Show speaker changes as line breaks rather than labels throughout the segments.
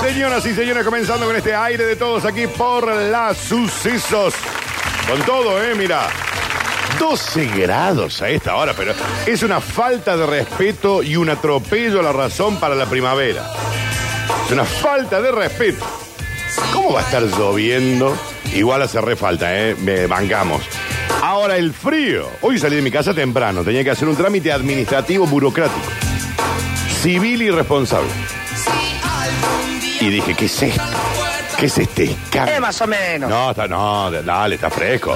Señoras y señores, comenzando con este aire de todos aquí por las sucesos. Con todo, eh, mira. 12 grados a esta hora, pero es una falta de respeto y un atropello a la razón para la primavera. Es una falta de respeto. ¿Cómo va a estar lloviendo? Igual hace re falta, ¿eh? Me bancamos. Ahora el frío. Hoy salí de mi casa temprano. Tenía que hacer un trámite administrativo burocrático. Civil y responsable. Y dije, ¿qué es esto? ¿Qué es este escándalo?
Eh, más o menos.
No, está, no, dale, está fresco.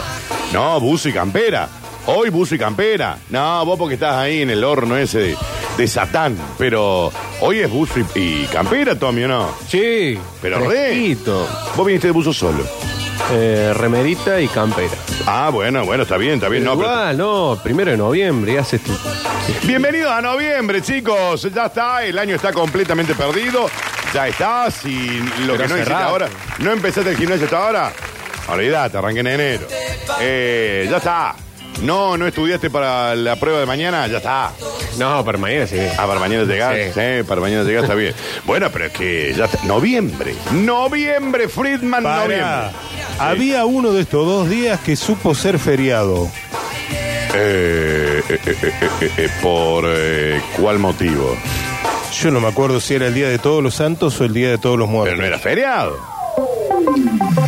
No, buzo y campera. Hoy buzo y campera. No, vos porque estás ahí en el horno ese de, de Satán. Pero hoy es buzo y, y campera, Tommy, ¿o no?
Sí,
Pero re.
fresquito.
Vos viniste de buzo solo.
Eh, remerita y campera.
Ah, bueno, bueno, está bien, está bien. No, pero-
Igual, no, primero de noviembre, hace este-
Bienvenidos a noviembre, chicos. Ya está, el año está completamente perdido. Ya estás y lo
Pero
que no
hace
hiciste
rato.
ahora. ¿No empezaste el gimnasio hasta ahora? Olvídate, arranqué en enero. Eh, ya está. No, no estudiaste para la prueba de mañana, ya está.
No, para mañana sí.
Ah, para mañana llegar. Sí.
Sí.
para mañana llegar está bien. Bueno, pero es que ya está. Noviembre. Noviembre, Friedman,
Pará.
noviembre.
Ah, Había uno de estos dos días que supo ser feriado.
Eh, eh, eh, eh, eh, eh, ¿Por eh, cuál motivo?
Yo no me acuerdo si era el día de todos los santos o el día de todos los
Pero
muertos.
no era feriado.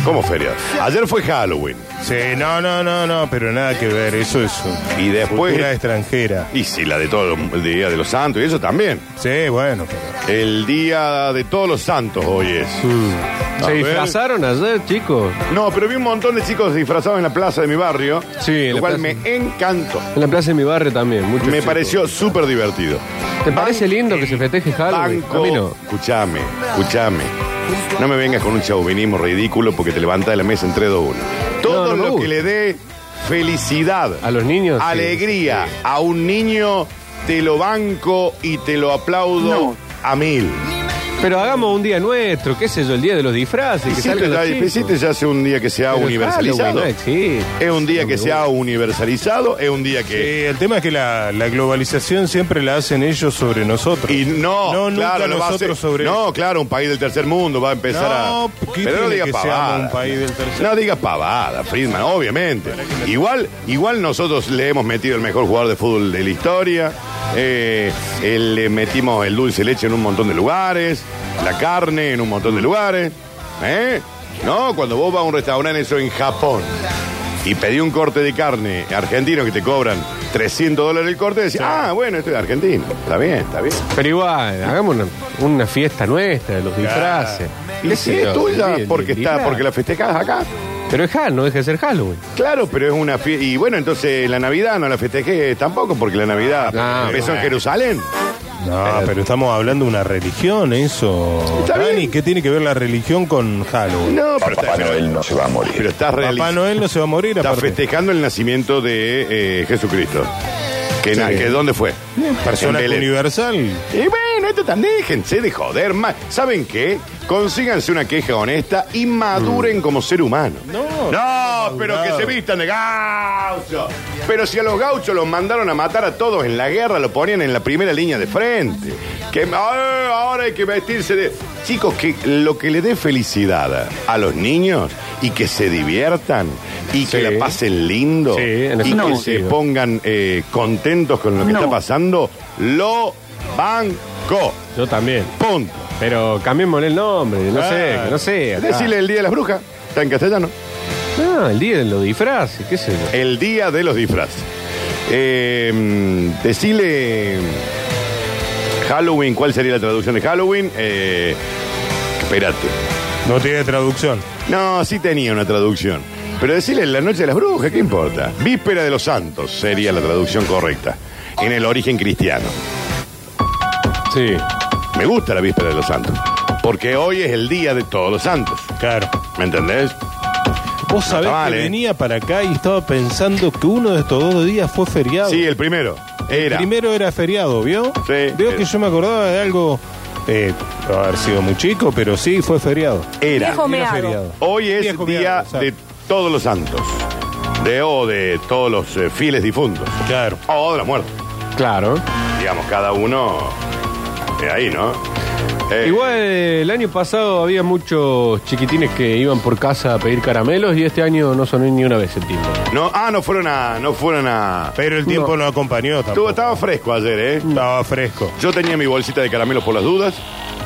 ¿Cómo feriado? Ayer fue Halloween.
Sí, no, no, no, no, pero nada que ver. Eso es una
Y después.
cultura extranjera.
Y sí, la de todos los el Día de los Santos, y eso también.
Sí, bueno. pero-
El Día de Todos los Santos hoy es. Mm. A
¿Se
ver.
disfrazaron ayer, chicos?
No, pero vi un montón de chicos disfrazados en la plaza de mi barrio.
Sí, en
Lo
la
cual me
plaza.
encantó.
En la plaza de mi barrio también, muchos
Me
chicos.
pareció súper divertido.
¿Te parece lindo que se festeje Halloween?
Banco-
A mí no.
Escuchame, escuchame. No me vengas con un chauvinismo ridículo porque te levanta de la mesa en 3, 2, 1. Todo
no me
lo
gusta.
que le dé felicidad,
A los niños, sí.
alegría a un niño, te lo banco y te lo aplaudo
No.
a mil.
Pero hagamos un día nuestro, qué sé yo, el día de los disfraces, que
Hiciste
salgan los
ya,
chicos.
hiciste ya hace un día que se ha
Pero
universalizado.
Halloween no existe.
Es un día
No
que
me
se ha universalizado, es un día que...
Sí, eh, el tema es que la, la globalización siempre la hacen ellos sobre nosotros.
Y no,
no
claro,
nunca
lo va a
nosotros
hacer-
sobre
No, claro, un país del tercer mundo va a empezar
No,
a.
¿qué
Pero no
tiene
digas
que seamos
pavada.
un país del tercer-
No digas pavada, Friedman, obviamente. Igual, igual nosotros le hemos metido el mejor jugador de fútbol de la historia. eh, eh, le metimos el dulce de leche en un montón de lugares. La carne en un montón de lugares. ¿eh? No, cuando vos vas a un restaurante, eso en Japón. Y pedí un corte de carne argentino que te cobran 300 dólares el corte. Decís, ah, bueno, esto es argentino. Está bien, está bien.
Pero igual, hagamos una, una fiesta nuestra de los disfraces.
Y
Qué
sí,
sé
es
yo,
tuya
el- el-
porque,
el
está,
disfraz.
porque la festejas acá.
Pero es Halloween, no deja de ser Halloween.
Claro, pero es una fiesta. Y bueno, entonces la Navidad no la festejé tampoco porque la Navidad
Ah,
empezó en
bueno.
Jerusalén.
No, Ah, pero estamos hablando de una religión, eso.
Está bien.
Dani, ¿qué tiene que ver la religión con Halloween?
No, pero está, pero,
Noel no se va a morir.
pero estás reali-
Papá Noel no se va a morir,
estás
aparte.
festejando el nacimiento de eh, Jesucristo. Que, na- que ¿Dónde fue?
Persona
En Belén.
universal.
Y bueno, esto tan déjense de joder más. ¿Saben qué? Consíganse una queja honesta y maduren como ser humano.
No.
No, pero que
madurado.
se vistan de gauchos. Pero si a los gauchos los mandaron a matar a todos en la guerra, lo ponían en la primera línea de frente. Que eh, ahora hay que vestirse de. Chicos, que lo que le dé felicidad a los niños y que se diviertan y que
Sí.
la pasen lindo
Sí, en
y
efecto.
que
No.
se pongan eh, contentos con lo que
No.
está pasando, lo banco.
Yo también.
Punto.
Pero cambiémosle el nombre, no sé,
Ah.
que no sé. acá.
Decirle el Día de las Brujas, está en castellano.
No, el día de los disfraces, qué sé yo.
El día de los disfraces. Eh, mm, decile mm, Halloween, ¿cuál sería la traducción de Halloween? Eh, espérate.
No tiene traducción.
No, sí tenía una traducción. Pero decirle la noche de las brujas, ¿qué importa? Víspera de los santos sería la traducción correcta. En el origen cristiano.
Sí.
Me gusta la víspera de los santos. Porque hoy es el día de todos los santos.
Claro.
¿Me entendés?
Vos sabés
mal,
que
eh.
venía para acá y estaba pensando que uno de estos dos días fue feriado.
Sí, el primero. Era.
Primero era feriado, ¿vio?
Sí.
Veo
Eh.
que yo me acordaba de algo, eh, no haber sido muy chico, pero sí, fue feriado.
Era.
Viejo
Era
meado.
feriado.
Hoy es
Viejo
día
meado,
de todos los santos. De o de todos los eh, fieles difuntos.
Claro.
O de los muertos.
Claro.
Digamos, cada uno Eh, ahí, ¿no? Eh,
Igual eh, el año pasado había muchos chiquitines que iban por casa a pedir caramelos y este año no sonó ni una vez el timbre.
No, ah, no fueron a. No fueron a.
Pero el tiempo no, acompañó
Estuvo-
tampoco.
estaba fresco ayer, ¿eh?
Estaba fresco.
Yo tenía mi bolsita de caramelos por las dudas,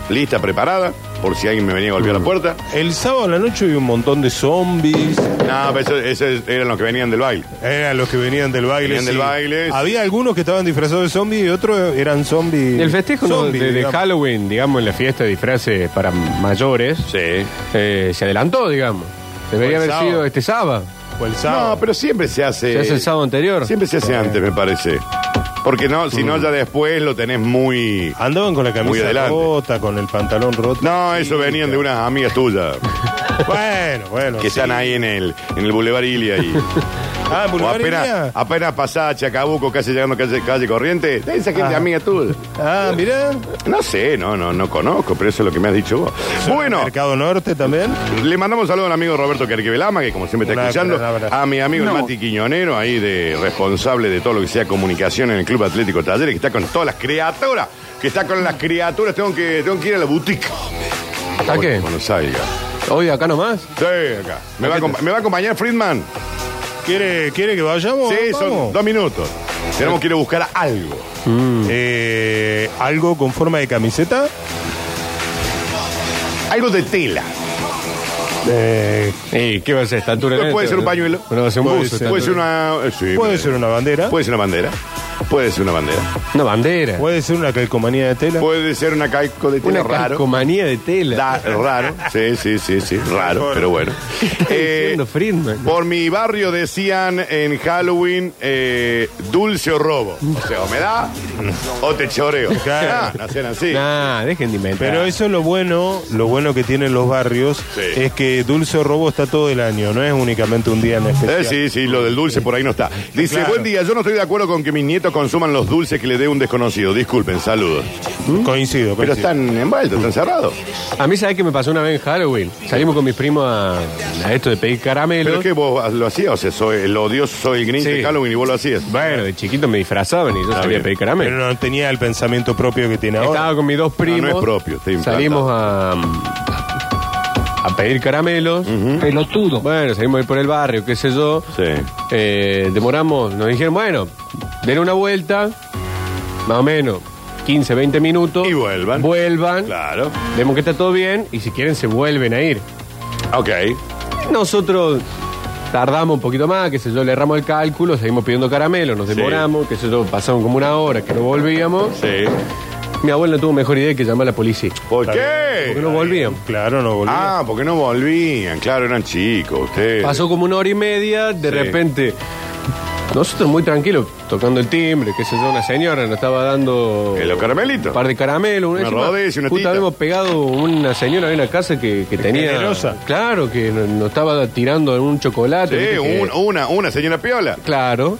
lista, preparada, por si alguien me venía a golpear la puerta.
El sábado a la noche vi un montón de zombies.
No, pero esos esos eran los que venían del baile.
Eran los que venían del baile.
Venían del baile, sí.
Había algunos que estaban disfrazados de zombies y otros eran zombies.
El festejo ¿no?
zombies,
de, de
digamos.
Halloween, digamos, en la fiesta de disfraces para mayores,
Sí.
eh, se adelantó, digamos. Debería
Fue el
haber
sábado.
sido este sábado.
O el sábado.
No, pero siempre se hace.
Se hace el sábado anterior.
Siempre se hace antes, me parece. Porque no, si no, ya después lo tenés muy.
Andaban con la
Muy
camisa
adelante.
rota, con el pantalón roto.
No, eso
Sí,
venían de
claro.
unas amigas tuyas
Bueno, bueno.
que
sí.
están ahí en el, en el Boulevard Ilia y.
Ah, en
O
Boulevard
apenas,
Ilia.
apenas pasada Chacabuco, casi llegando a calle, calle Corriente. Esa gente amiga tuya.
Ah, mirá.
No sé, no, no, no conozco, pero eso es lo que me has dicho vos. Bueno,
Mercado Norte también.
le mandamos un saludo al amigo Roberto Carquevelama, que como siempre está
Un abrazo,
escuchando.
un abrazo.
A mi amigo el Mati Quiñonero, ahí de responsable de todo lo que sea comunicación en el Club Atlético Talleres, que está con todas las criaturas, que está con las criaturas, tengo que, tengo que ir a la boutique.
¿Hasta
Bueno,
qué?
Cuando salga.
Hoy acá nomás.
Sí, acá. Me va, a acompa- me va a acompañar Friedman.
¿Quiere, quiere que vayamos?
Sí, son
Oh, Vamos.
dos minutos. Tenemos que ir a buscar algo. Mm.
Eh, algo con forma de camiseta.
Algo de tela.
Eh,
¿Y qué va a ser? ¿Esta altura? en
Puede
esto?
ser un pañuelo.
No va a ser un
puede
buzo,
ser,
esta
puede ser
altura.
una. eh, sí,
puede ser una bandera.
Puede ser una bandera. Puede ser una bandera.
Una bandera.
Puede ser una calcomanía de tela.
Puede ser una calco de tela
Una
raro.
calcomanía de tela.
Da- raro. Sí, sí, sí, sí. Raro, pero bueno. Eh,
Está diciendo Friedman.
por mi barrio decían en Halloween eh, dulce o robo. O sea, o me da o te choreo.
Claro.
Ah, no sean así.
Nah, Ah, dejen de inventar.
Pero eso es lo bueno, lo bueno que tienen los barrios
Sí.
es que Dulce o Robo está todo el año, no es únicamente un día en especial.
Eh, sí, sí, lo del dulce por ahí no está. Dice,
Claro.
buen día, yo no estoy de acuerdo con que mis nietos consuman los dulces que le dé un desconocido. Disculpen, saludos.
¿Mm? Coincido,
Pero
coincido.
están envueltos, están cerrados.
A mí, ¿sabes qué me pasó una vez en Halloween? Salimos con mis primos a, a esto de pedir
Pero es
caramelos.
que vos lo hacías, o sea, soy el odioso, soy el Grinch
Sí.
de Halloween y vos lo hacías.
Bueno, de chiquito me disfrazaban y yo salía
bien.
a pedir
Pero
caramelos.
no tenía el pensamiento propio que tiene ahora.
Estaba con mis dos primos.
no es propio, está implantado.
Salimos a, a pedir caramelos.
pelotudo.
Bueno, salimos ahí por el barrio, qué sé yo.
Sí.
Eh, demoramos, nos dijeron, bueno, den una vuelta, más o menos 15, 20 minutos.
Y vuelvan.
Vuelvan.
Claro.
Vemos que está todo bien y si quieren se vuelven a ir.
Ok.
Nosotros tardamos un poquito más, qué sé yo, le erramos el cálculo, seguimos pidiendo caramelos, nos
Sí.
demoramos, qué sé yo, pasaron como una hora que no volvíamos.
Sí.
Mi abuela tuvo mejor idea que llamar a la policía.
¿Por
Está bien,
qué?
Porque no volvían.
Eh, Claro, no volvía.
Ah, porque no volvían. Claro, eran chicos ustedes.
Pasó como una hora y media, de
Sí.
repente. Nosotros muy tranquilos, tocando el timbre, qué sé yo, una señora nos estaba dando
Eh, los
un
caramelitos.
par de caramelos,
Una
encima.
rodecia, una
Justo
tita.
habíamos pegado una señora en la casa que, que tenía.
Generosa.
Claro, que nos nos estaba tirando algún chocolate.
Sí,
viste que-
un- una, una señora piola.
Claro.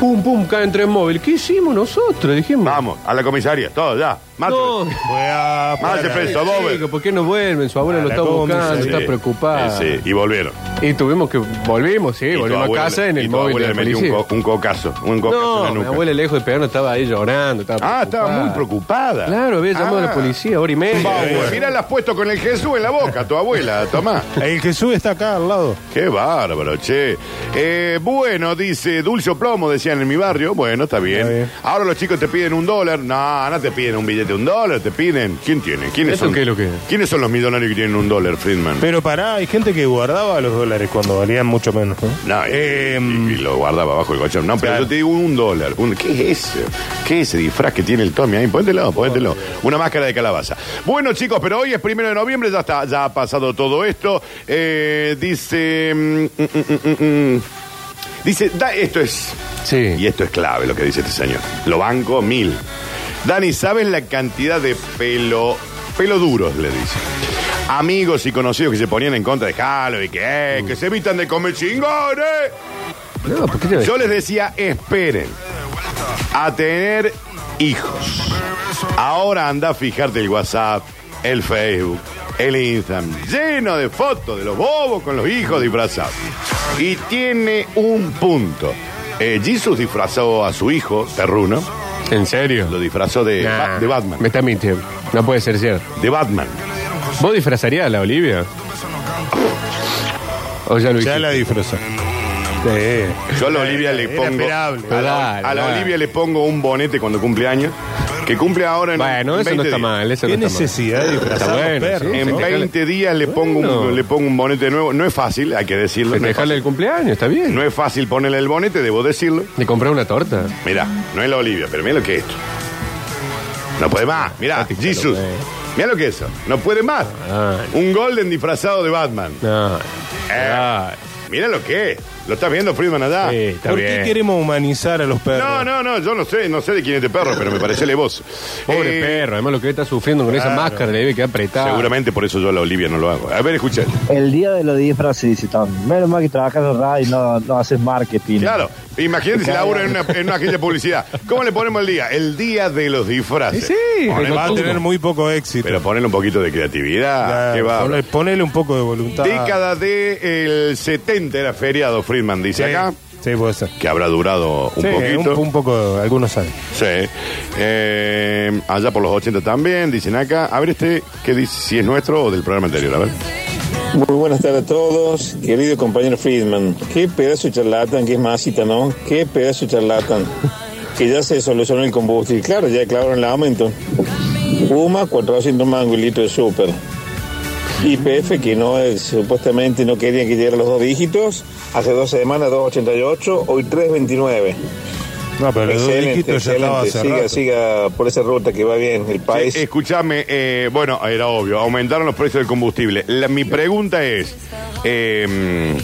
Pum, pum, caen tres móviles. ¿Qué hicimos nosotros? Dijimos.
Vamos, a la comisaría, todo ya.
No,
Mátenlo.
Fue a-
Más de
para-
preso. Dover.
chico, ¿por qué no vuelven? Su abuela
A
lo
la
está
comisa,
buscando,
sí.
está preocupada.
Sí, sí, y volvieron.
Y tuvimos que. Volvimos, sí,
Y tu
volvimos a
abuela-
casa en
y
el
tu
móvil.
abuela
de la
le metió un,
policía.
co- un cocazo. Un cocazo en la
No, mi
nuca.
abuela lejos de pegarnos estaba ahí llorando. Estaba
Ah, estaba muy preocupada.
Claro, había llamado a la
Ah.
policía, hora y media.
Power. Mirá, la has puesto con el Jesús en la boca, tu abuela. Tomá.
El Jesús está acá al lado.
Qué bárbaro, che. Eh, bueno, dice, dulce o plomo, decían en mi barrio. Bueno, está bien.
Está bien.
Ahora los chicos te piden un dólar. No, no te piden un billete de un dólar, te piden. ¿Quién tiene? ¿Quiénes
¿Esto
son?
qué es lo que es?
¿Quiénes son los millonarios que tienen un dólar, Friedman?
Pero pará, hay gente que guardaba los dólares cuando valían mucho menos. ¿no?
No, y-
Eh,
y, y lo guardaba bajo el colchón. No, pero
claro.
yo te digo un dólar. Un- ¿Qué es eso? ¿Qué es ese disfraz que tiene el Tommy ahí? Póntelo, póntelo. Una máscara de calabaza. Bueno, chicos, pero hoy es primero de noviembre, ya está, ya ha pasado todo esto. Eh, dice. mm, mm, mm, mm, mm. Dice, da, esto es.
Sí.
Y esto es clave lo que dice este señor. Lo banco mil. Dani, ¿sabes la cantidad de pelo, pelo duros, le dice? Amigos y conocidos que se ponían en contra de Halloween, que, eh,
Mm.
que se evitan de comer chingones.
No, ¿por qué te-
Yo les decía, esperen a tener hijos. Ahora anda a fijarte el WhatsApp, el Facebook, el Instagram, lleno de fotos de los bobos con los hijos disfrazados. Y tiene un punto. Eh, Jesus disfrazó a su hijo, Terruno,
¿En serio?
Lo disfrazó de,
Nah,
Ba- de Batman.
Me está mintiendo. No puede ser cierto.
De Batman.
¿Vos disfrazarías a la Olivia? ¿O ya lo
Ya
hiciste?
la disfrazó. Sí.
Yo a la Olivia le
Era
pongo.
esperable.
A la,
Claro,
a la
claro.
Olivia le pongo un bonete cuando cumple años. Que cumple ahora en
Bueno, eso no
20
está
días.
mal, eso no
¿Qué
está mal.
necesidad de disfrazar
Está
a los
bueno,
perros?
sí.
En
Festejale.
20 días le pongo,
Bueno.
un, le pongo un bonete nuevo. No es fácil, hay que decirlo. No es,
Festejarle el
fácil.
cumpleaños, está bien.
No es fácil ponerle el bonete, debo decirlo.
¿Le compré una torta?
Mirá, no es la Olivia, pero mira lo que es esto. No puede más. Mirá, Jesus. Mirá lo que es eso. No puede más.
eh. Ah.
Un Golden disfrazado de Batman.
No. Ah,
Mira lo que es. Lo estás viendo, Friedman, allá.
sí, está
¿Por
bien.
qué queremos humanizar a los perros?
No, no, no, yo no sé, no sé de quién es este perro, pero me parece levoso.
Pobre
Eh,
perro, además lo que está sufriendo con esa
claro.
máscara le debe quedar apretado.
Seguramente por eso yo a la Olivia no lo hago. A ver, escucha.
El día de los disfraces, dice Tom. Menos mal que trabajas en radio y no, no haces marketing.
Claro, imagínate si labura en una, en una agencia de publicidad. ¿Cómo le ponemos el día? El día de los disfraces.
Sí, sí,
Ponele-
Va a tener muy poco éxito.
pero ponle un poquito de creatividad.
Claro,
Ah, qué bárbaro.
ponle, ponele un poco de voluntad.
Década del 70 era feriado, Friedman dice
Sí,
acá.
sí, puede ser.
Que habrá durado un
Sí,
poquito.
Un, un poco, algunos saben.
Sí. Eh, allá por los 80 también, dicen acá. A ver este, ¿qué dice? Si es nuestro o del programa anterior, a ver.
Muy buenas tardes a todos, querido compañero Friedman. Qué pedazo de charlatán, que es masita, ¿no? Qué pedazo de charlatán. Que ya se solucionó el combustible. Claro, ya clavaron el aumento. Puma, 400 mangos el litro de súper. YPF, que no es- supuestamente no querían que llegara a los dos dígitos. Hace dos semanas, 2,88, hoy 3,29.
No, pero los dos
Excelente,
dígitos ya estaba
excelente. Siga,
cerrado.
siga por esa ruta que va bien el país.
Sí, escúchame, eh, bueno, era obvio, aumentaron los precios del combustible. La- mi pregunta es, eh,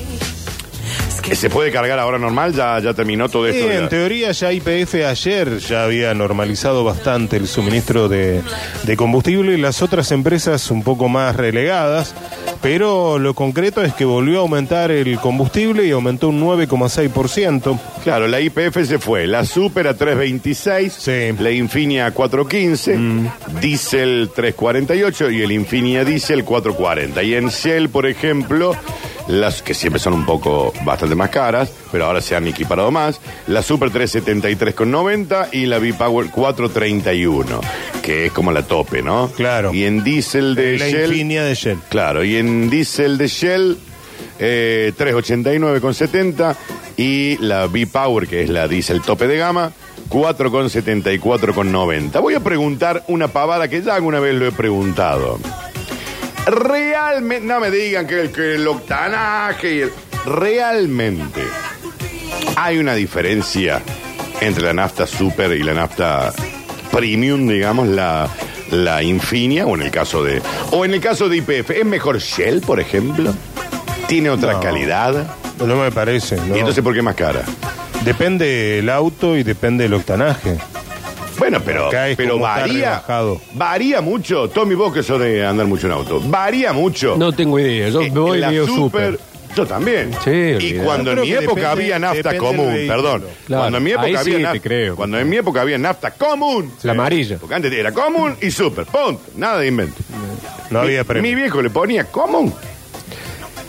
¿se puede cargar ahora normal? ¿Ya, ya terminó todo
Sí,
esto?
en
ya?
teoría ya IPF ayer ya había normalizado bastante el suministro de, de combustible y las otras empresas un poco más relegadas, pero lo concreto es que volvió a aumentar el combustible y aumentó un 9,6%.
Claro, la IPF se fue, la Super a 326,
Sí. Mm.
la Infinia a 415, Diesel 348 y el Infinia Diesel 440. Y en Shell, por ejemplo, las que siempre son un poco bastante más caras, pero ahora se han equiparado más, la Super 373,90 y la V-Power 431, que es como la tope, ¿no?
Claro.
Y en Diesel de
La
Shell...
Infinia de Shell.
Claro, y en diésel de Shell, eh, 3,89,70 y la V-Power, que es la diésel tope de gama, 4,74,90. Voy a preguntar una pavada que ya alguna vez lo he preguntado. Realmente, no me digan que el, que el octanaje y el- Realmente hay una diferencia entre la nafta super y la nafta premium, digamos, la, la infinia, o en el caso de. O en el caso de IPF, ¿es mejor Shell, por ejemplo? ¿Tiene otra
No.
calidad?
No me parece. ¿no?
¿Y entonces por qué es más cara?
Depende el auto y depende el octanaje.
Bueno, pero,
Acá es
pero
como está
varía.
rebajado.
Varía mucho. Tommy, vos que sos de andar mucho en auto. Varía mucho.
No tengo idea, yo
Eh,
voy
la
y digo
super,
súper.
Yo también.
Sí,
y
olvidate.
cuando en
Creo
mi
que
época
depende-
había nafta
depende
común,
del vehículo.
perdón.
Claro,
cuando en mi época
ahí
había
sí
naf-
te creo.
Cuando en mi época había nafta común.
La amarilla.
Porque antes era común y super, punto. Nada de invento.
No había
mi, mi
premio.
viejo le ponía común.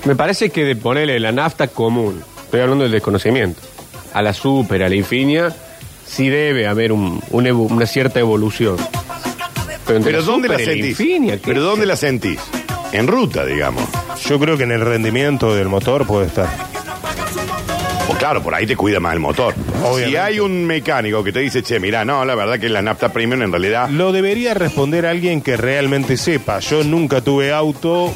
Me parece que de ponerle la nafta común, estoy hablando del desconocimiento, a la super, a la infinia, sí debe haber un- un evo- una cierta evolución. Pero, entre
Pero ¿dónde la
super y
sentís?
Infinia, ¿qué?
Pero ¿dónde la sentís? En ruta, digamos.
Yo creo que en el rendimiento del motor puede estar.
Pues claro, por ahí te cuida más el motor.
Obviamente.
Si hay un mecánico que te dice, che, mirá, no, la verdad que la nafta premium en realidad
Lo debería responder alguien que realmente sepa. Yo nunca tuve auto.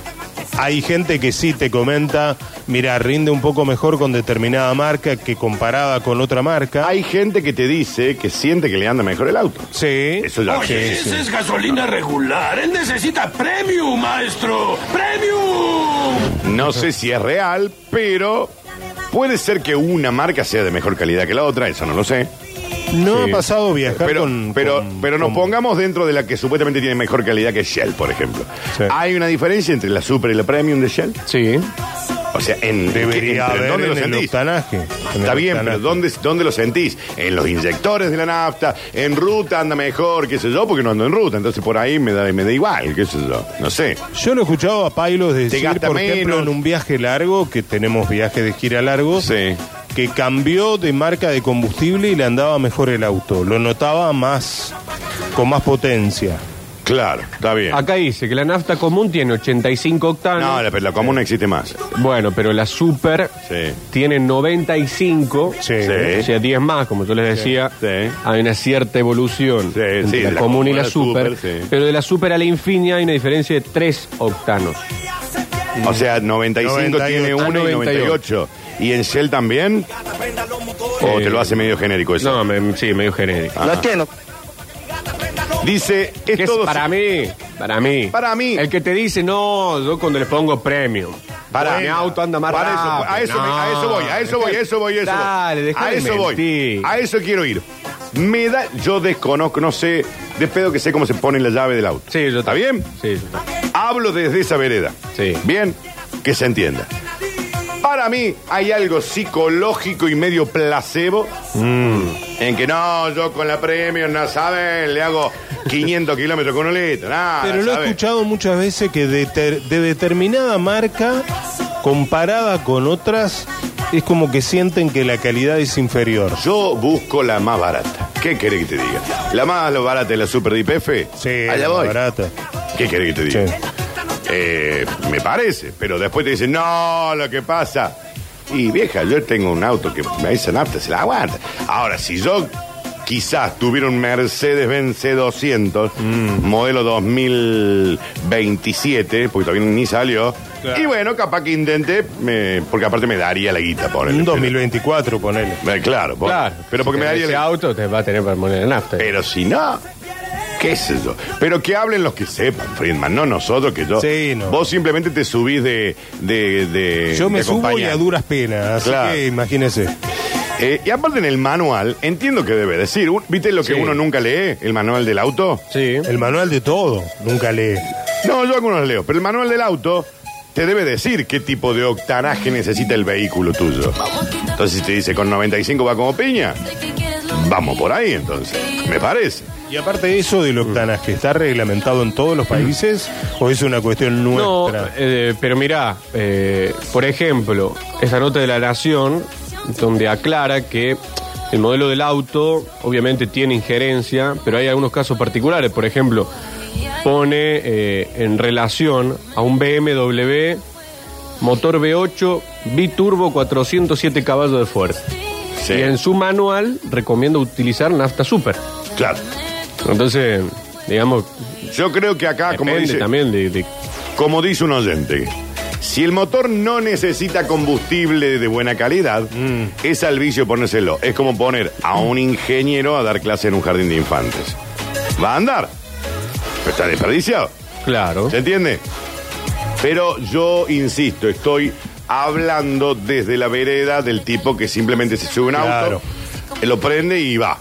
Hay gente que sí te comenta, mira, rinde un poco mejor con determinada marca que comparada con otra marca.
Hay gente que te dice que siente que le anda mejor el auto.
Sí.
Eso ya
Sí,
me-
sí.
Esa es gasolina regular. Él necesita premium, maestro. ¡Premium!
No sé si es real, pero puede ser que una marca sea de mejor calidad que la otra, eso no lo sé.
No
Sí.
ha pasado viajar
Pero,
con...
pero,
con-
pero nos
con-
pongamos dentro de la que supuestamente tiene mejor calidad que Shell, por ejemplo.
Sí.
¿Hay una diferencia entre la Super y la Premium de Shell?
Sí.
O sea, en,
Debería
entre-
haber
¿dónde lo
en el
sentís?
octanaje. En
Está
el
bien, pero
octanaje.
¿dónde, ¿dónde lo sentís? En los inyectores de la nafta, en ruta anda mejor, qué sé yo, porque no ando en ruta, entonces por ahí me da, me da igual, qué sé yo, no sé.
Yo lo he escuchado a Pailos decir,
gasta
por ejemplo,
menos.
en un viaje largo, que tenemos viajes de gira largo,
Sí.
que cambió de marca de combustible y le andaba mejor el auto. Lo notaba más, con más potencia.
Claro, está bien.
Acá dice que la nafta común tiene 85
No,
octanos.
la, la común no existe más.
Bueno, pero la super
Sí.
tiene 95.
Sí.
Sí.
O sea, 10 más, como yo les decía,
Sí.
hay una cierta evolución
Sí,
entre
sí,
la,
la
común y
común a
la
la
super,
super, sí.
pero de la super a la infinia hay una diferencia de 3 octanos.
O sea, 95 tiene
98.
1 y 98. ¿Y en Shell también? ¿O
Eh,
te lo hace medio genérico eso?
No, me- sí, medio genérico.
Ajá. Dice, es
Que es
todo...
para mí, para mí.
Para mí.
El que te dice, no, yo cuando les pongo premium.
Para.
mi auto anda más
Para eso,
rápido.
a, eso, me- a eso voy, a eso voy, a eso voy, a eso voy.
Dale, dejá
a
de
eso voy.
mentir.
A eso quiero ir. Me da, yo desconozco, no sé, de pedo que sé cómo se pone la llave del auto.
Sí, yo
¿Está bien?
Sí, yo también.
Hablo desde esa vereda.
Sí.
Bien, que se entienda. Para mí hay algo psicológico y medio placebo
Mm.
en que no, yo con la premium, no sabes, le hago 500 kilómetros con un litro, nada.
Pero lo he
¿sabes?
escuchado muchas veces que de, ter- de determinada marca, comparada con otras, es como que sienten que la calidad es inferior.
Yo busco la más barata. ¿Qué querés que te diga? ¿La más barata es la Super de IPF? allá
la
voy.
barata.
¿Qué querés que te diga?
Sí.
Eh, me parece, pero después te dicen, no, lo que pasa. Y vieja, yo tengo un auto que me dice nafta, se la aguanta. Ahora, si yo quizás tuviera un Mercedes-Benz C200,
Mm.
modelo 2027, porque todavía ni salió,
Claro.
y bueno, capaz que intente, me- porque aparte me daría la guita por
Un 2024, ponele.
Eh, Claro, por-
Claro.
pero porque
Si
me
tenés
daría Eh,
ese
la
auto te va a tener para poner la nafta.
pero si no, qué sé yo. Pero que hablen los que sepan, Friedman, no nosotros que yo.
Sí, no.
Vos simplemente te subís de. de, de-
Yo me
de
subo y
acompañante.
a duras penas, así
Claro.
que imagínese.
Eh, y aparte en el manual, entiendo que debe decir. un- ¿Viste lo que
Sí.
uno nunca lee? ¿El manual del auto?
Sí.
El manual de todo, nunca lee.
No, yo algunos leo, pero el manual del auto. Te debe decir qué tipo de octanaje necesita el vehículo tuyo. Entonces, si te dice con 95 va como piña, vamos por ahí entonces. Me parece.
Y aparte de eso del
Mm.
octanaje, ¿está reglamentado en todos los países o es una cuestión
No,
nuestra?
eh, pero mirá, eh, por ejemplo, esa nota de la Nación, donde aclara que el modelo del auto obviamente tiene injerencia, pero hay algunos casos particulares. Por ejemplo, pone eh, en relación a un BMW motor V8 biturbo 407 caballos de fuerza.
Sí.
Y en su manual recomienda utilizar nafta super.
Claro.
Entonces, digamos,
Yo creo que
Ah,
acá, como
depende
dice,
también de- de
Como dice un oyente, si el motor no necesita combustible de buena calidad,
Mm.
es al vicio ponérselo. Es como poner a un ingeniero a dar clase en un jardín de infantes. Va a andar. Pero está desperdiciado.
claro.
¿Se entiende? Pero yo insisto, estoy hablando desde la vereda del tipo que simplemente se sube a un
Claro.
auto, lo prende y va.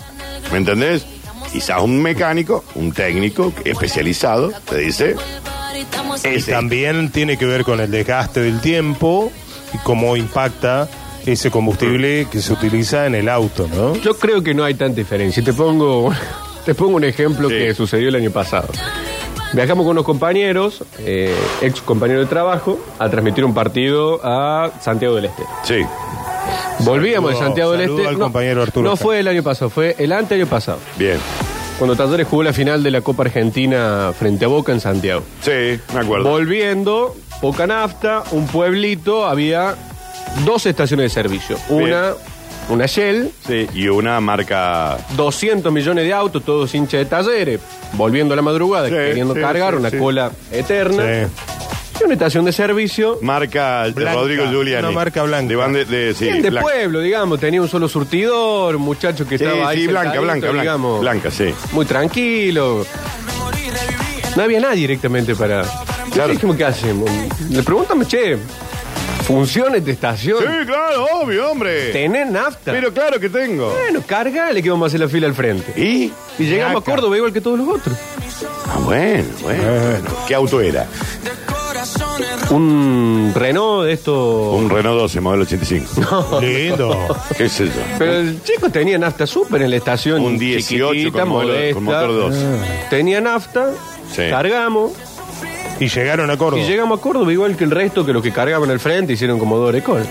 ¿Me entendés? Quizás un mecánico, un técnico especializado, te dice,
Y
este.
ese
también tiene que ver con el desgaste del tiempo y cómo impacta ese
Mm.
combustible que se utiliza en el auto, ¿no?
Yo creo que no hay tanta diferencia. Te pongo, te pongo un ejemplo
Sí.
que sucedió el año pasado. Viajamos con unos compañeros, eh, ex compañeros de trabajo, a transmitir un partido a Santiago del Este.
Sí.
Volvíamos de
Saludo-
Santiago del
saludo
Este.
al compañero Arturo
no
acá.
fue el año pasado, fue el anteaño pasado.
Bien.
Cuando Talleres jugó la final de la Copa Argentina frente a Boca en Santiago.
Sí, me acuerdo.
Volviendo, poca nafta, un pueblito, había dos estaciones de servicio.
Bien.
Una, una Shell,
Sí, y una marca.
200 millones de autos, todos hinchas de talleres, volviendo a la madrugada,
Sí,
queriendo
sí,
cargar
sí,
una
sí.
cola eterna.
Sí.
Y una estación de servicio,
Marca de
Blanca,
Rodrigo Giuliani.
una marca blanca.
De, van de, de- sí,
bien de
blanca.
pueblo, digamos, tenía un solo surtidor, un muchacho que
Sí,
estaba ahí.
sí, blanca,
sentadito,
blanca, blanca.
digamos,
Blanca, sí.
Muy tranquilo. No había nadie directamente para.
Claro.
Dijimos, ¿qué hacemos? Le preguntamos, che, ¿funciona esta estación?
Sí, claro, obvio, hombre.
¿Tenés nafta?
Pero claro que tengo.
bueno, cargale que vamos a hacer la fila al frente.
¿Y?
Y llegamos
Acá.
a Córdoba igual que todos los otros.
Ah, bueno, bueno, bueno. ¿Qué auto era?
Un Renault de estos.
Un Renault 12, modelo 85.
Lindo.
¿Qué es eso?
Pero el chico tenía nafta súper en la estación.
Un 18 con
chiquitita,
motor-
modesta.
con motor 12.
Tenía nafta,
Sí. Oh.
cargamos
Y llegaron a
y
Córdoba.
llegamos a Córdoba igual que el resto que los que cargaban al frente hicieron como Dorecol.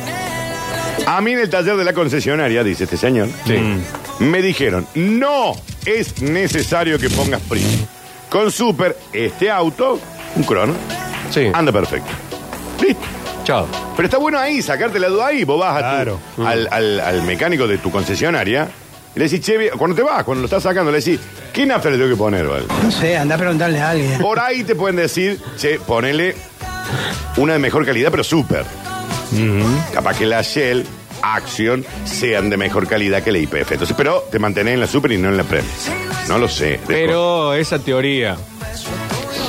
A mí en el taller de la concesionaria, dice este señor, mm, me dijeron, no es necesario que pongas prisa. Con Super, este auto, un crono,
Sí.
anda perfecto. Listo.
Chao.
Pero está bueno ahí, sacarte la duda ahí. Vos vas a tu-
Claro.
al, al- al mecánico de tu concesionaria y le decís, che, vie- cuando te vas, cuando lo estás sacando, le decís, ¿qué nafta le tengo que poner, vale?
No sé, anda a preguntarle a alguien.
Por ahí te pueden decir, che, ponele una de mejor calidad, pero súper. Capaz que la Shell, Action, sean de mejor calidad que la IPF. Entonces, pero te mantenés en la super y no en la premium. No lo sé.
Pero esa teoría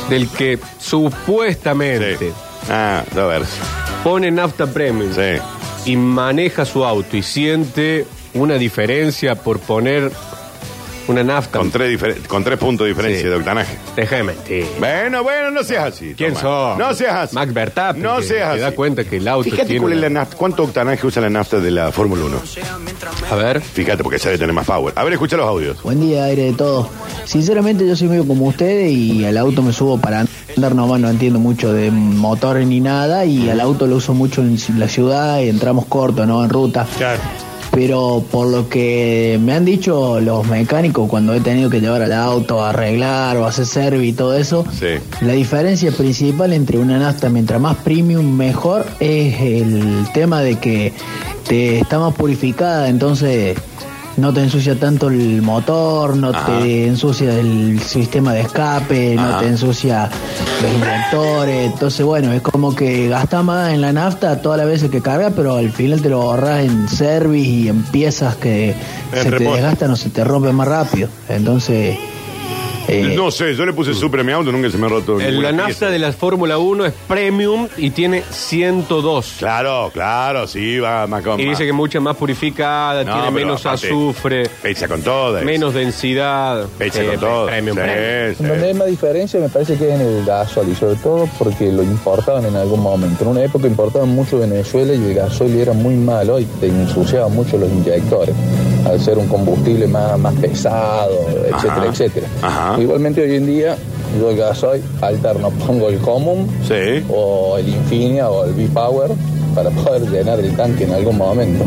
del que supuestamente
Sí. Ah, a ver.
pone nafta premium
Sí.
y maneja su auto y siente una diferencia por poner una nafta.
Con tres, diferen- con tres puntos de diferencia
Sí.
de octanaje.
Deja de mentir.
Bueno, bueno, no seas así.
¿Quién
Tomás.
sos?
No seas así.
Max Verstappen.
No
que
seas así.
Te da cuenta que el auto
Fíjate
tiene
cuál es la
una-
nafta, cuánto octanaje usa la nafta de la Fórmula 1.
A ver.
Fíjate, porque sabe tener más power. A ver, escucha los audios.
Buen día, aire de todo. Sinceramente yo soy medio como ustedes y al auto me subo para andar nomás, no entiendo mucho de motores ni nada y al auto lo uso mucho en la ciudad y entramos corto, ¿no? En ruta.
Claro.
Pero por lo que me han dicho los mecánicos cuando he tenido que llevar al auto a arreglar o hacer service y todo eso,
Sí.
la diferencia principal entre una nafta mientras más premium mejor es el tema de que te está más purificada, entonces no te ensucia tanto el motor, no te ensucia el sistema de escape, no te ensucia los inyectores, entonces bueno, es como que gasta más en la nafta todas las veces que carga, pero al final te lo ahorras en service y en piezas que se
repuesto.
te desgastan o se te rompen más rápido, entonces... eh,
No sé, yo le puse super a mi auto, nunca se me ha roto.
El-
ninguna
La
pieza.
nafta de la Fórmula 1 es premium y tiene 102.
Claro, claro, sí, va más con
Y
más.
dice que mucha más purificada,
No,
tiene
pero
menos
aparte,
azufre,
Pecha con todas.
menos densidad.
Pecha
Eh,
con todo.
premium, premium.
Sí, sí.
Donde hay más diferencia me parece que es en el gasol y sobre todo porque lo importaban en algún momento. En una época importaban mucho Venezuela y el gasol era muy malo y te ensuciaba mucho los inyectores al ser un combustible más, más pesado, etcétera,
Ajá.
etcétera.
Ajá.
Igualmente hoy en día yo el gasoil alterno, pongo el común
Sí.
o el Infinia o el V-Power para poder llenar el tanque en algún momento.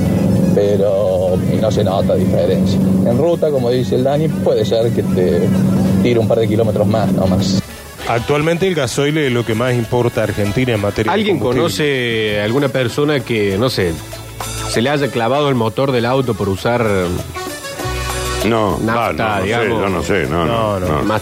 Pero y no se nota diferencia. En ruta, como dice el Dani, puede ser que te tire un par de kilómetros más, no más.
Actualmente el gasoil es lo que más importa a Argentina en materia de
¿Alguien
combustible.
conoce alguna persona que, no sé, se le haya clavado el motor del auto por usar
Ah, No,
Nafta,
va, no, no sé,
digamos.
yo no sé, no, no,
No, no,
no.
más,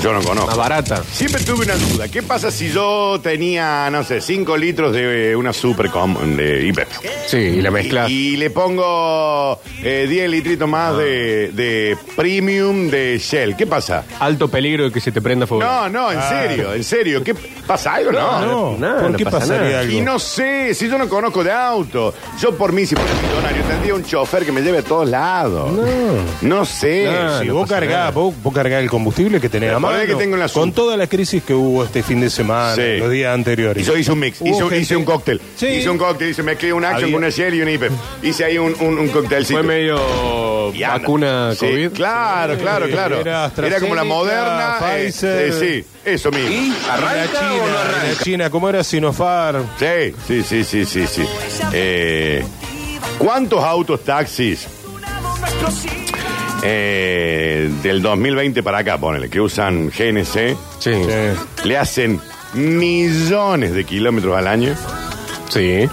Yo no
más
conozco.
barata?
Siempre tuve una duda. ¿Qué pasa si yo tenía, no sé, 5 litros de eh, una super com- de IPF?
Sí, y la mezcla.
Y, y le pongo eh, 10 litritos
Ah.
más de, de premium de Shell. ¿Qué pasa?
Alto peligro de que se te prenda fuego.
No, no, en serio, en serio. ¿Qué pasa algo? No.
No,
Nada,
¿por
no
qué
pasa
pasaría
nada.
algo?
Y no sé, si yo no conozco de auto. Yo por mí, si fuera millonario, tendría un chofer que me lleve a todos lados. No. sé.
Nah,
Si
Eh, si
vos
vos cargás, vos, vos cargás el combustible que tenés
Pero
a mano.
ponele que tengo en la
con
Super.
toda la crisis que hubo este fin de semana,
Sí.
los días anteriores.
Y yo hice un mix,
Hubo
hice, un-
gente-
hice un cóctel.
Sí.
Hice un cóctel, hice mezclé un action
Había-
con una Shell y un IPF. Hice ahí un, un, un cóctelcito.
Fue medio
Y anda.
vacuna
Sí,
COVID.
Claro, claro,
Sí,
claro.
era
Era, como la
AstraZeneca,
moderna. eh,
Pfizer.
eh, sí, eso mismo.
En la China, en la China, ¿cómo era Sinofar?
Sí, sí, sí, sí, sí, sí. Eh, ¿Cuántos autos taxis eh, del 2020 para acá, ponele, que usan GNC,
Sí.
le hacen millones de kilómetros al año
Sí.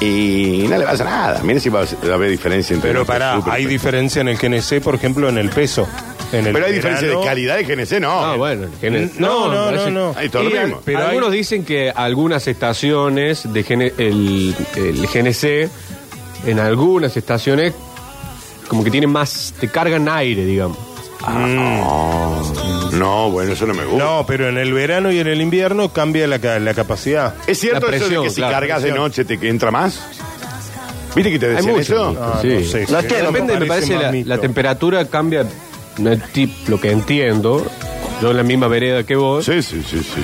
y no le pasa nada? Miren si va a haber diferencia entre...
Pero
los
pará,
super-
hay diferencia en el GNC, por ejemplo, en el peso. En el
Pero hay diferencia de
verano.
calidad de GNC, no.
Ah, bueno. tiene-
No, no,
me parece-
no, no.
Ahí todo lo
Y al-
mismo.
Pero
algunos
hay-
dicen que algunas estaciones de GN el, el GNC, en algunas estaciones, como que tienen más, te cargan aire, digamos.
Ah, No, bueno, eso no me gusta.
No, pero en el verano y en el invierno cambia la, ca- la capacidad.
¿Es cierto
La
eso de que
presión,
si
claro,
cargas de
presión.
noche te que entra más? ¿Viste que te
Hay
decían
mucho.
eso?
Ah,
sí.
no sé,
No, es
sí.
que depende, me
Parece
parece,
más
la,
mito.
la temperatura cambia, no es tip- lo que entiendo, yo en la misma vereda que vos,
Sí, sí, sí, sí.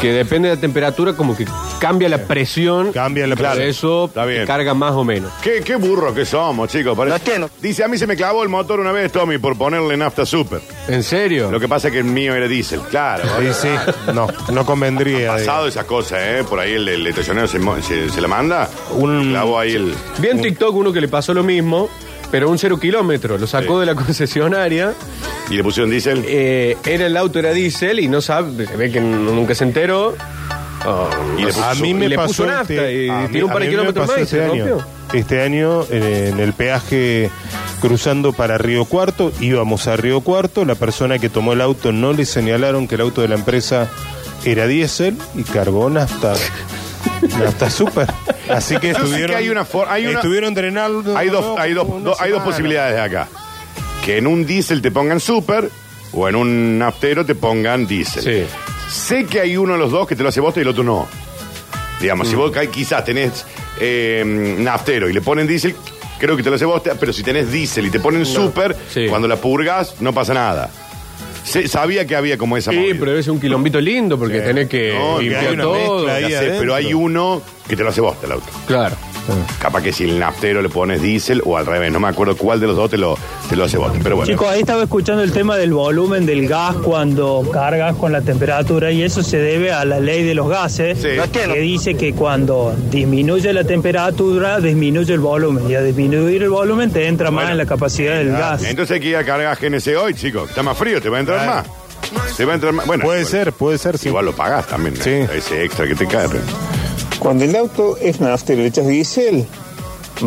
que depende de la temperatura como que cambia la presión.
Cambia la
Por
presión.
eso
Está bien.
te carga más o menos.
¿Qué, qué burro que somos, chicos. parece. Dice, a mí se me clavó el motor una vez, Tommy, por ponerle nafta super.
¿En serio?
Lo que pasa es que el mío era diésel, claro.
Sí, sí. No, no convendría.
Pasado esas cosas, ¿eh? Por ahí el, el estacionero se, mo- se- se la manda.
Un-
Clavó ahí el...
Vi en TikTok uno que le pasó lo mismo, pero un cero kilómetro. Lo sacó
Sí.
de la concesionaria.
Y le pusieron diésel.
eh, era el auto, era diésel y no sabe. Se ve que n- nunca se enteró. Ah,
Y le puso-
a mí me
y le
pasó
puso
este-
nafta y
a mí-
tiró un par
a
de
mí me
kilómetros
pasó
más y
este
se
año.
rompió.
Este año eh, en el peaje cruzando para Río Cuarto, íbamos a Río Cuarto, la persona que tomó el auto no le señalaron que el auto de la empresa era diésel y cargó nafta. nafta super. Así que
Yo sé
estuvieron
que hay una for- hay una-
estuvieron drenando
Hay dos,
no,
hay dos,
una
do- hay dos
semana.
posibilidades acá. Que en un diésel te pongan super o en un naftero te pongan diésel.
Sí.
Sé que hay uno de los dos que te lo hace bosta y el otro no. Digamos,
Mm.
si vos ca- quizás tenés eh, naftero y le ponen diésel, creo que te lo hace bosta, pero si tenés diésel y te ponen super,
Sí.
cuando la purgas, no pasa nada. Sé- sabía que había como esa
Sí,
movida.
pero es un quilombito lindo porque
Sí.
tenés que
No, que hay
limpiar
una
todo.
mezcla
Ya
ahí
sé,
adentro.
pero hay uno que te lo hace bosta el auto.
Claro.
Capaz que si el naftero le pones diésel o al revés, no me acuerdo cuál de los dos te lo, te lo hace bote. Pero bueno.
Chicos, ahí estaba escuchando el tema del volumen del gas cuando cargas con la temperatura y eso se debe a la ley de los gases
Sí.
que dice que cuando disminuye la temperatura disminuye el volumen y al disminuir el volumen te entra
Bueno.
más en la capacidad del gas.
Ah, Entonces hay que ir a cargar GNC hoy, chicos. Está más frío, te va a entrar
Claro.
más. Te va a entrar más. Bueno,
Puede
igual-
ser, puede ser. sí.
Igual lo pagás también. ¿no?
Sí.
Ese extra que te cae. pero-
Cuando el auto es nafta y le echas diésel,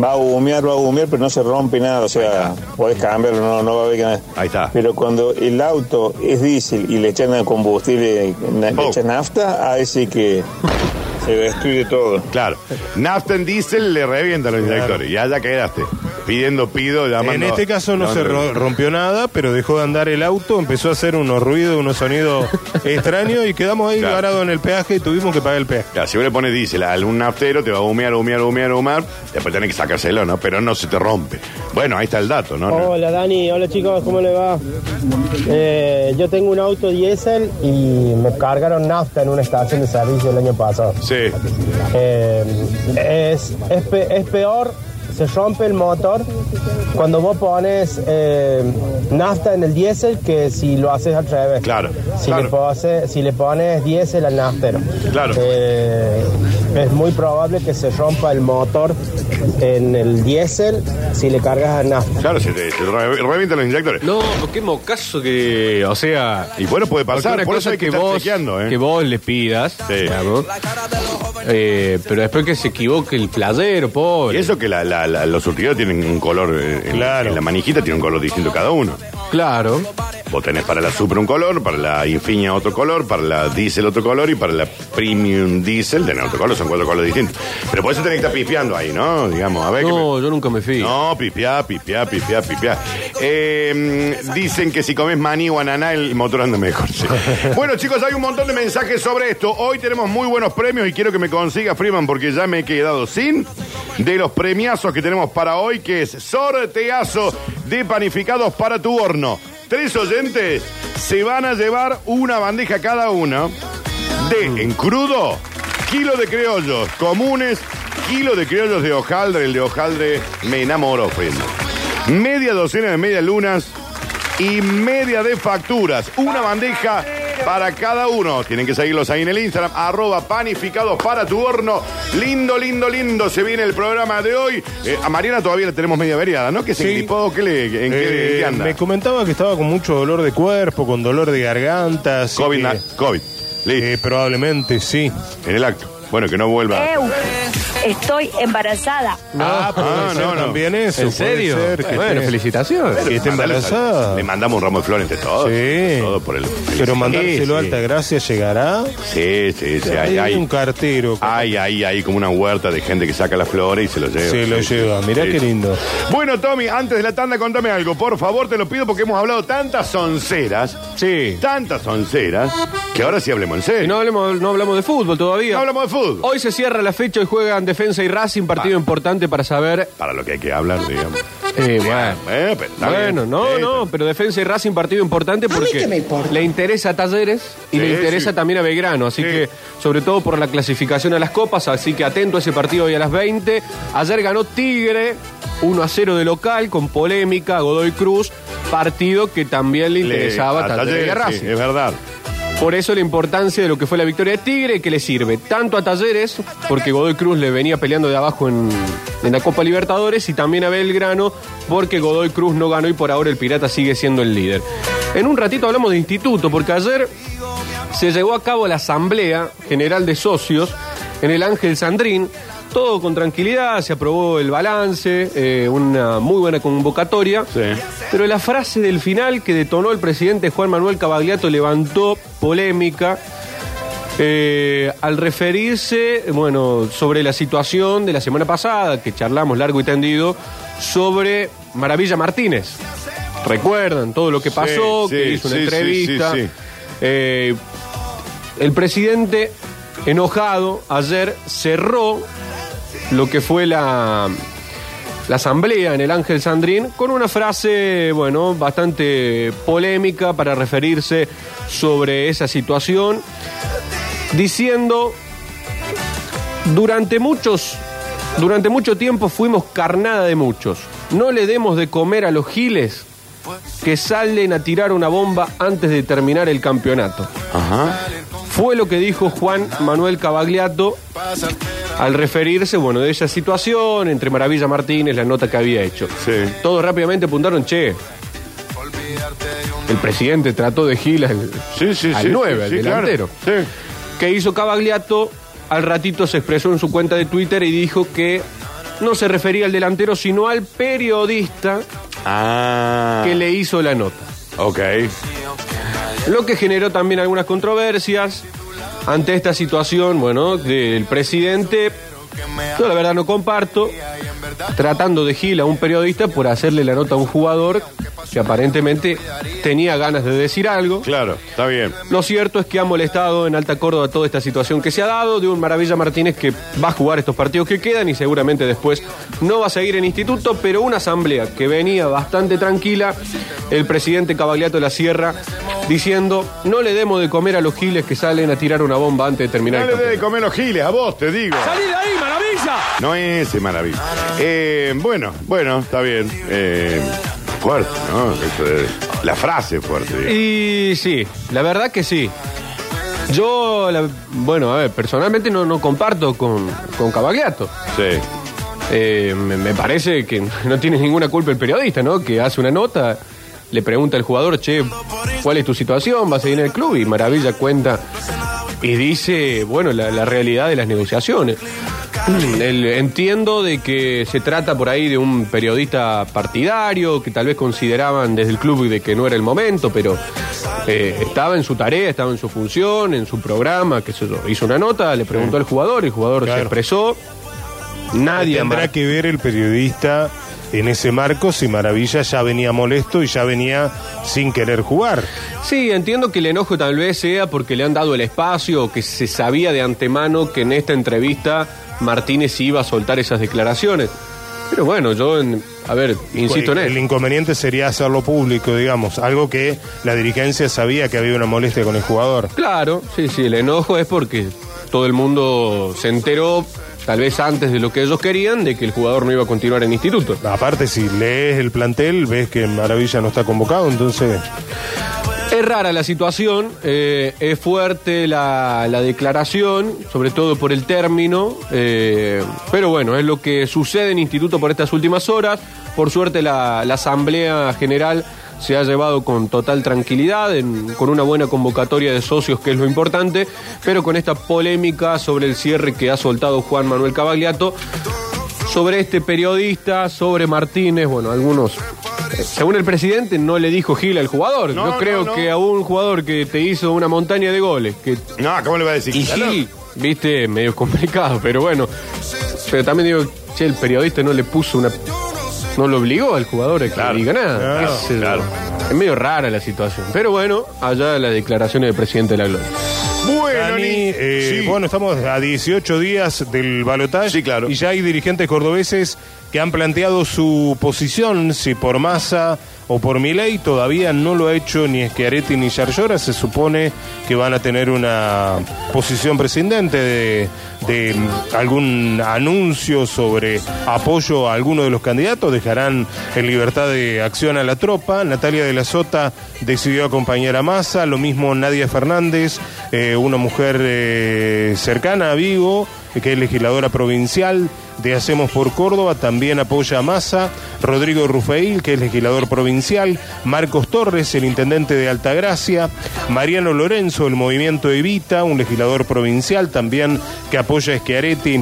va a humear, va a humear, pero no se rompe nada. O sea, podés cambiarlo, no, no va a haber nada.
Ahí está.
Pero cuando el auto es diésel y le echan a combustible, na- le
Oh.
echan nafta, ahí sí que se destruye todo.
Claro. Nafta en diésel le revienta a los directores. Ya, ya quedaste. Pidiendo, pido, llamando.
En este caso no se
llamando-
ro- rompió nada, pero dejó de andar el auto, empezó a hacer unos ruidos, unos sonidos extraños y quedamos ahí
Claro.
varados en el peaje y tuvimos que pagar el peaje.
Claro, si vos le pones diésel a algún naftero, te va a humear, humear, humear, humear. Después tenés que sacárselo, ¿no? Pero no se te rompe. Bueno, ahí está el dato, ¿no? No.
Hola Dani, hola chicos, ¿cómo le va? Eh, yo tengo un auto diésel y me cargaron nafta en una estación de servicio el año pasado.
Sí.
Eh, es, es, pe- es peor, se rompe el motor cuando vos pones eh, nafta en el diésel que si lo haces al revés.
Claro,
Si,
claro.
Le, pose- si le pones diésel al naftero.
Claro.
Eh, es muy probable que se rompa el motor en el diésel si le cargas al nafta.
Claro, se te, se te re- revientan los inyectores.
No, qué mocaso que. O sea.
Y bueno, puede
Porque
pasar,
una
por eso
cosa
hay que, estar
vos,
chequeando, ¿eh?
que vos le pidas, digamos. Eh, pero después que se equivoque el playero,
Y
pobre.
eso que la- la- la- los surtidores tienen un color, eh, en,
Claro.
en la manijita tiene un color distinto cada uno.
Claro.
Vos tenés para la Super un color, para la Infinia otro color, para la Diesel otro color y para la Premium Diesel tenés otro color, son cuatro colores distintos. Pero por eso tenés que estar pispeando ahí, ¿no? Digamos, a ver que me-
No, yo nunca me fui.
No, pipiá, pipiá, pipiá, pipiá. Eh, mm, dicen que si comes maní o ananá, el motor anda mejor. sí. bueno, chicos, hay un montón de mensajes sobre esto. Hoy tenemos muy buenos premios y quiero que me consiga Freeman porque ya me he quedado sin de los premiazos que tenemos para hoy, que es sorteazo de panificados para tu horno. Tres oyentes se van a llevar una bandeja cada uno de en crudo, kilo de criollos comunes, kilo de criollos de hojaldre, el de hojaldre me enamoró, Friendo. Media docena de media lunas y media de facturas. Una bandeja para cada uno. Tienen que seguirlos ahí en el Instagram, arroba panificados para tu horno. Lindo, lindo, lindo. Se viene el programa de hoy. Eh, a Mariana todavía le tenemos media veriada, ¿no? Que se
Sí.
gripó, ¿qué le, ¿en qué, en
Eh,
qué anda?
me comentaba que estaba con mucho dolor de cuerpo, con dolor de garganta. así
COVID,
que,
na- COVID. Listo.
eh, probablemente, sí.
en el acto. Bueno, que no vuelva.
Estoy embarazada.
Ah,
ah,
puede ser
no, no.
también eso.
¿En
puede
serio?
ser que
bueno,
esté-
felicitaciones.
que
Mandale-
esté embarazada.
Le mandamos un ramo de flores entre todos.
Sí.
Todo por el.
Pero mandárselo a
Sí, sí.
Altagracia llegará.
Sí, sí, sí. Ah, Hay,
Hay un
hay,
cartero.
hay, hay, hay como una huerta de gente que saca las flores y se lo lleva.
Se lo
Sí,
lleva.
sí,
Mirá
sí.
qué lindo.
Bueno, Tommy, antes de la tanda, contame algo. Por favor, te lo pido porque hemos hablado tantas sonceras.
Sí.
Tantas sonceras. Que ahora sí hablemos en
Y
serio.
Eh, no, hablemos, no hablamos de fútbol todavía.
No hablamos de fútbol.
Hoy se cierra la fecha y juegan Defensa y Racing, partido importante para saber
Para lo que hay que hablar, digamos.
Eh, bueno.
Eh, pero está
bueno,
bien.
no,
Eh,
no, pero Defensa y Racing partido importante porque le interesa a Talleres y le
Sí,
interesa
sí.
también a Belgrano, así que sobre todo por la clasificación a las copas, así que atento a ese partido hoy a las 20. Ayer ganó Tigre 1 a 0 de local con polémica, Godoy Cruz, partido que también le
Le-
interesaba
a
a Talleres y a
Talleres, sí,
Racing.
es verdad.
Por eso la importancia de lo que fue la victoria de Tigre, que le sirve tanto a Talleres, porque Godoy Cruz le venía peleando de abajo en, en la Copa Libertadores, y también a Belgrano, porque Godoy Cruz no ganó y por ahora el Pirata sigue siendo el líder. En un ratito hablamos de instituto, porque ayer se llevó a cabo la Asamblea General de Socios en el Ángel Sandrín. Todo con tranquilidad, se aprobó el balance, eh, una muy buena convocatoria. Pero la frase del final que detonó el presidente Juan Manuel Cavagliato levantó polémica eh, al referirse, bueno, sobre la situación de la semana pasada, que charlamos largo y tendido, sobre Maravilla Martínez. ¿Recuerdan todo lo que pasó?
Sí,
que
sí,
hizo una
sí, sí,
entrevista.
sí, sí.
Eh, el presidente, enojado, ayer cerró lo que fue la, la asamblea en el Ángel Sandrín con una frase, bueno, bastante polémica para referirse sobre esa situación, diciendo, durante muchos, durante mucho tiempo fuimos carnada de muchos, no le demos de comer a los giles que salen a tirar una bomba antes de terminar el campeonato. Fue lo que dijo Juan Manuel Cavagliato al referirse, bueno, de esa situación entre Maravilla Martínez, la nota que había hecho. Todos rápidamente apuntaron, che, el presidente trató de gil al, al
sí,
9,
sí,
al
sí,
delantero. Que hizo Cavagliato, al ratito se expresó en su cuenta de Twitter y dijo que no se refería al delantero, sino al periodista
Ah.
que le hizo la nota.
Ok.
Lo que generó también algunas controversias ante esta situación, bueno, del presidente. Yo la verdad no comparto, tratando de gil a un periodista por hacerle la nota a un jugador que aparentemente tenía ganas de decir algo.
Claro, está bien.
Lo cierto es que ha molestado en Alta Córdoba toda esta situación que se ha dado de un Maravilla Martínez que va a jugar estos partidos que quedan y seguramente después no va a seguir en instituto, pero una asamblea que venía bastante tranquila, el presidente Cavagliato de la Sierra diciendo no le demos de comer a los giles que salen a tirar una bomba antes de terminar
No le
el
dé
campeonato".
de comer los giles, a vos te digo.
¡Salí de ahí, maravilla!
No es ese maravilla. Eh, bueno, bueno, está bien. Eh, fuerte, ¿no? Eso es- La frase fuerte. digamos.
Y sí, la verdad que sí. Yo, la- bueno, a ver, personalmente no, no comparto con, con Cavagliato.
Sí.
Eh, me, me parece que no tiene ninguna culpa el periodista, ¿no? Que hace una nota, le pregunta al jugador, che, ¿cuál es tu situación? ¿Vas a ir en el club? Y Maravilla cuenta y dice, bueno, la, la realidad de las negociaciones. Mm, El- entiendo de que se trata por ahí de un periodista partidario que tal vez consideraban desde el club de que no era el momento, pero eh, estaba en su tarea, estaba en su función, en su programa, que hizo una nota, le preguntó al jugador, el jugador se expresó. Nadie
Tendrá
Mar-
que ver el periodista en ese marco si Maravilla ya venía molesto y ya venía sin querer jugar.
Sí, entiendo que el enojo tal vez sea porque le han dado el espacio, o que se sabía de antemano que en esta entrevista Martínez iba a soltar esas declaraciones. Pero bueno, yo, en- a ver, insisto en
Pues, el,
él.
el inconveniente sería hacerlo público, digamos, algo que la dirigencia sabía que había una molestia con el jugador.
Claro, sí, sí, el enojo es porque todo el mundo se enteró, tal vez antes de lo que ellos querían, de que el jugador no iba a continuar en instituto.
Aparte, si lees el plantel, ves que Maravilla no está convocado, entonces
Es rara la situación, eh, es fuerte la, la declaración, sobre todo por el término, eh, pero bueno, es lo que sucede en Instituto por estas últimas horas. Por suerte la, la Asamblea General se ha llevado con total tranquilidad, en- con una buena convocatoria de socios, que es lo importante, pero con esta polémica sobre el cierre que ha soltado Juan Manuel Cavagliato, sobre este periodista, sobre Martínez, bueno, algunos... eh, Según el presidente, no le dijo Gil al jugador.
No,
Yo creo
no, no.
que a un jugador que te hizo una montaña de goles, que...
No, ¿cómo le va a decir?
Y
Claro.
Gil, viste, medio complicado, pero bueno. Pero también digo, che, el periodista no le puso una... No lo obligó al jugador a que diga nada.
claro,
Es, eh, es medio rara la situación. Pero bueno, allá las declaraciones del presidente de la Gloria.
Bueno,
Dani, eh, bueno, estamos a 18 días del balotaje. Y ya hay dirigentes cordobeses que han planteado su posición, si por masa o por Milei, todavía no lo ha hecho ni Schiaretti ni Yarlora, se supone que van a tener una posición presidente de, de algún anuncio sobre apoyo a alguno de los candidatos, dejarán en libertad de acción a la tropa, Natalia de la Sota decidió acompañar a Massa, lo mismo Nadia Fernández, eh, una mujer eh, cercana a Vigo, que es legisladora provincial de Hacemos por Córdoba, también apoya a Massa, Rodrigo Rufeil, que es legislador provincial, Marcos Torres, el intendente de Altagracia, Mariano Lorenzo, el movimiento Evita, un legislador provincial también que apoya a Schiaretti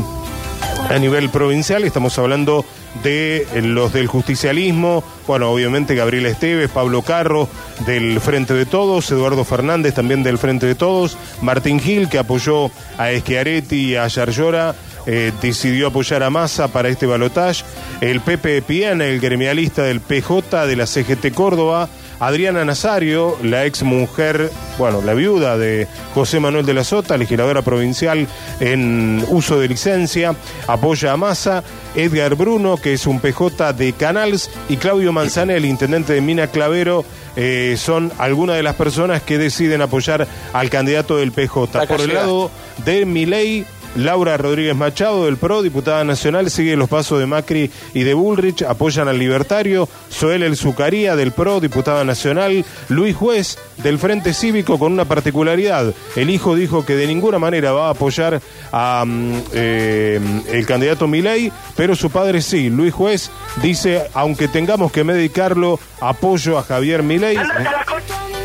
a nivel provincial, estamos hablando de eh, los del justicialismo, bueno, obviamente Gabriel Esteves, Pablo Carro del Frente de Todos, Eduardo Fernández también del Frente de Todos, Martín Gil que apoyó a Esquiareti y a Yarlora, eh, decidió apoyar a Massa para este balotaje, el Pepe Piana, el gremialista del PJ de la CGT Córdoba, Adriana Nazario, la ex mujer, bueno, la viuda de José Manuel de la Sota, legisladora provincial en uso de licencia, apoya a Massa, Edgar Bruno, que es un PJ de Canals, y Claudio Manzana, el intendente de Mina Clavero, eh, son algunas de las personas que deciden apoyar al candidato del PJ.
Acá
Por el
llegaste.
lado de Milei, Laura Rodríguez Machado del PRO, diputada nacional, sigue los pasos de Macri y de Bullrich, apoyan al libertario, Soel El Zucaría del PRO, diputada nacional, Luis Juez del Frente Cívico con una particularidad. El hijo dijo que de ninguna manera va a apoyar a mm, eh, el candidato Milei, pero su padre sí. Luis Juez dice, aunque tengamos que medicarlo, apoyo a Javier Milei.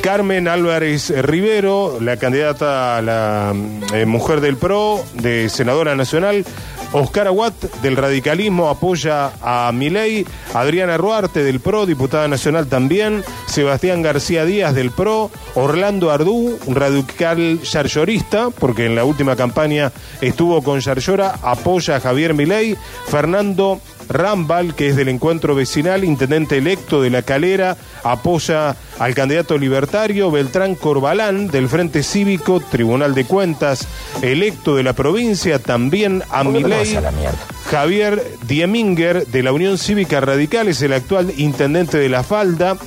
Carmen Álvarez Rivero, la candidata a la mm, eh, mujer del PRO, de senadora nacional. Oscar Aguat, del radicalismo, apoya a Milei. Adriana Ruarte, del PRO, diputada nacional también. Sebastián García Díaz, del PRO. Orlando Ardú, un radical yarlorista, porque en la última campaña estuvo con Yarlora, apoya a Javier Milei. Fernando Rambal, que es del encuentro vecinal, intendente electo de La Calera, apoya al candidato libertario Beltrán Corbalán, del Frente Cívico, Tribunal de Cuentas, electo de la provincia, también a
¿Por qué no
Milei.
vas a la mierda?
Javier Dieminger, de la Unión Cívica Radical, es el actual intendente de La Falda.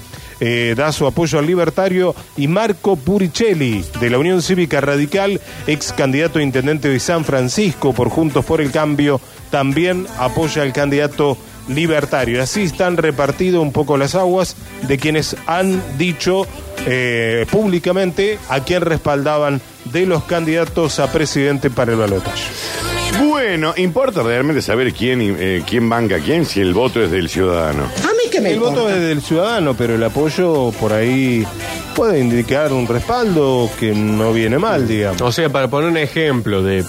eh, da su apoyo al libertario y Marco Puricelli de la Unión Cívica Radical, ex candidato a intendente de San Francisco por Juntos por el Cambio, también apoya al candidato libertario. Así están repartido un poco las aguas de quienes han dicho eh, públicamente a quién respaldaban de los candidatos a presidente para el balotaje.
Bueno, importa realmente saber quién, eh, quién banca a quién si el voto es del ciudadano.
A mí que me El voto es del ciudadano, pero el apoyo por ahí puede indicar un respaldo que no viene
Mm.
mal, digamos.
O sea, para poner un ejemplo de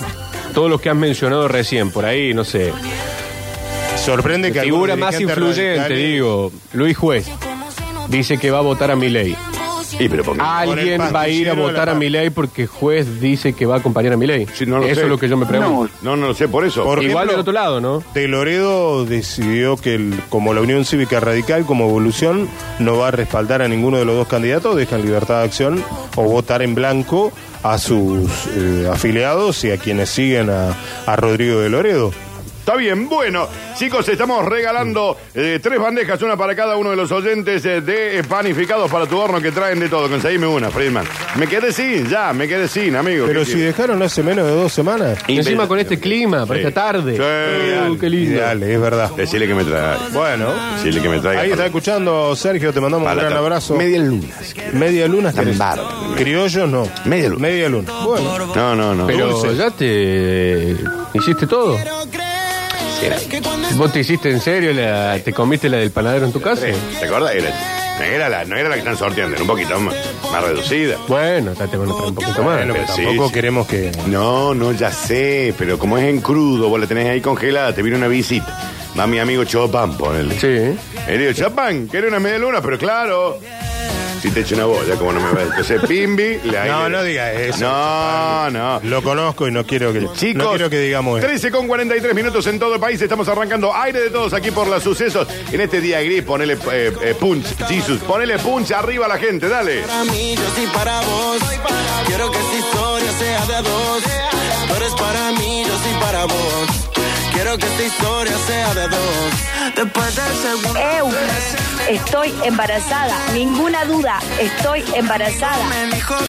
todo lo que has mencionado recién, por ahí, no sé.
Sorprende que
Figura
algunos
más
dirigentes
influyente,
radicales-
digo, Luis Juez, dice que va a votar a Milei. Alguien
Por el
va a ir a
pastillero de
votar
la
a Milei porque Juez dice que va a acompañar a Milei.
lo
Eso
sé.
es lo que yo me pregunto.
No, no lo sé, por eso.
Por
Igual
ejemplo,
del otro lado, ¿no?
De Loredo decidió que el- como la Unión Cívica Radical, como evolución, no va a respaldar a ninguno de los dos candidatos, dejan libertad de acción o votar en blanco a sus eh, afiliados y a quienes siguen a, a Rodrigo de Loredo.
Está bien, bueno, chicos, estamos regalando eh, tres bandejas, una para cada uno de los oyentes eh, de eh, panificados para tu horno que traen de todo. Conseguime una, Friedman. Me quedé sin, ya, me quedé sin, amigo.
Pero
¿Qué
si
quiere?
dejaron hace menos de dos semanas.
Y encima con este clima, para
Sí.
esta tarde.
Sí,
Uh,
ideal,
qué lindo.
ideal, es verdad.
Decirle que me traiga.
Bueno.
Decirle que me traiga.
Ahí está
para-
escuchando, Sergio, te mandamos un
Para la
gran
tarde.
abrazo.
Media luna.
Media luna. ¿querés? Criollos no.
Media luna.
Media luna. Bueno.
No, no, no.
Pero
Dulce.
ya te hiciste todo. ¿Vos te hiciste en serio? La, ¿Te comiste la del panadero en tu casa?
Sí, ¿Te acuerdas? Era, no era la, no era la que están sorteando, era un poquito más, más reducida.
Bueno, está te van a traer un poquito más.
Bueno,
pero
pero sí,
tampoco
sí.
queremos que.
No, no, ya sé, pero como es en crudo, vos la tenés ahí congelada, te viene una visita. Va mi amigo Chopin, ponele.
Sí.
Él dijo, Chopin, quiere una media luna, pero claro. Si te echo una bola, como no me va. Entonces, Pimbi, le ahí
No,
le-
no digas eso.
No, no.
Lo conozco y no quiero que.
Chicos,
no quiero que digamos eso.
13 con 43 minutos en todo el país. Estamos arrancando aire de todos aquí por los sucesos. En este día gris, ponele eh, eh, punch, Jesus. Ponele punch arriba a la gente, dale.
Para mí, yo soy para vos. Quiero que esta historia sea de a dos. Tú eres para mí, yo soy para vos. Quiero quiero que esta historia sea de dos. Después del segundo.
Eu, estoy embarazada. Ninguna duda, estoy embarazada.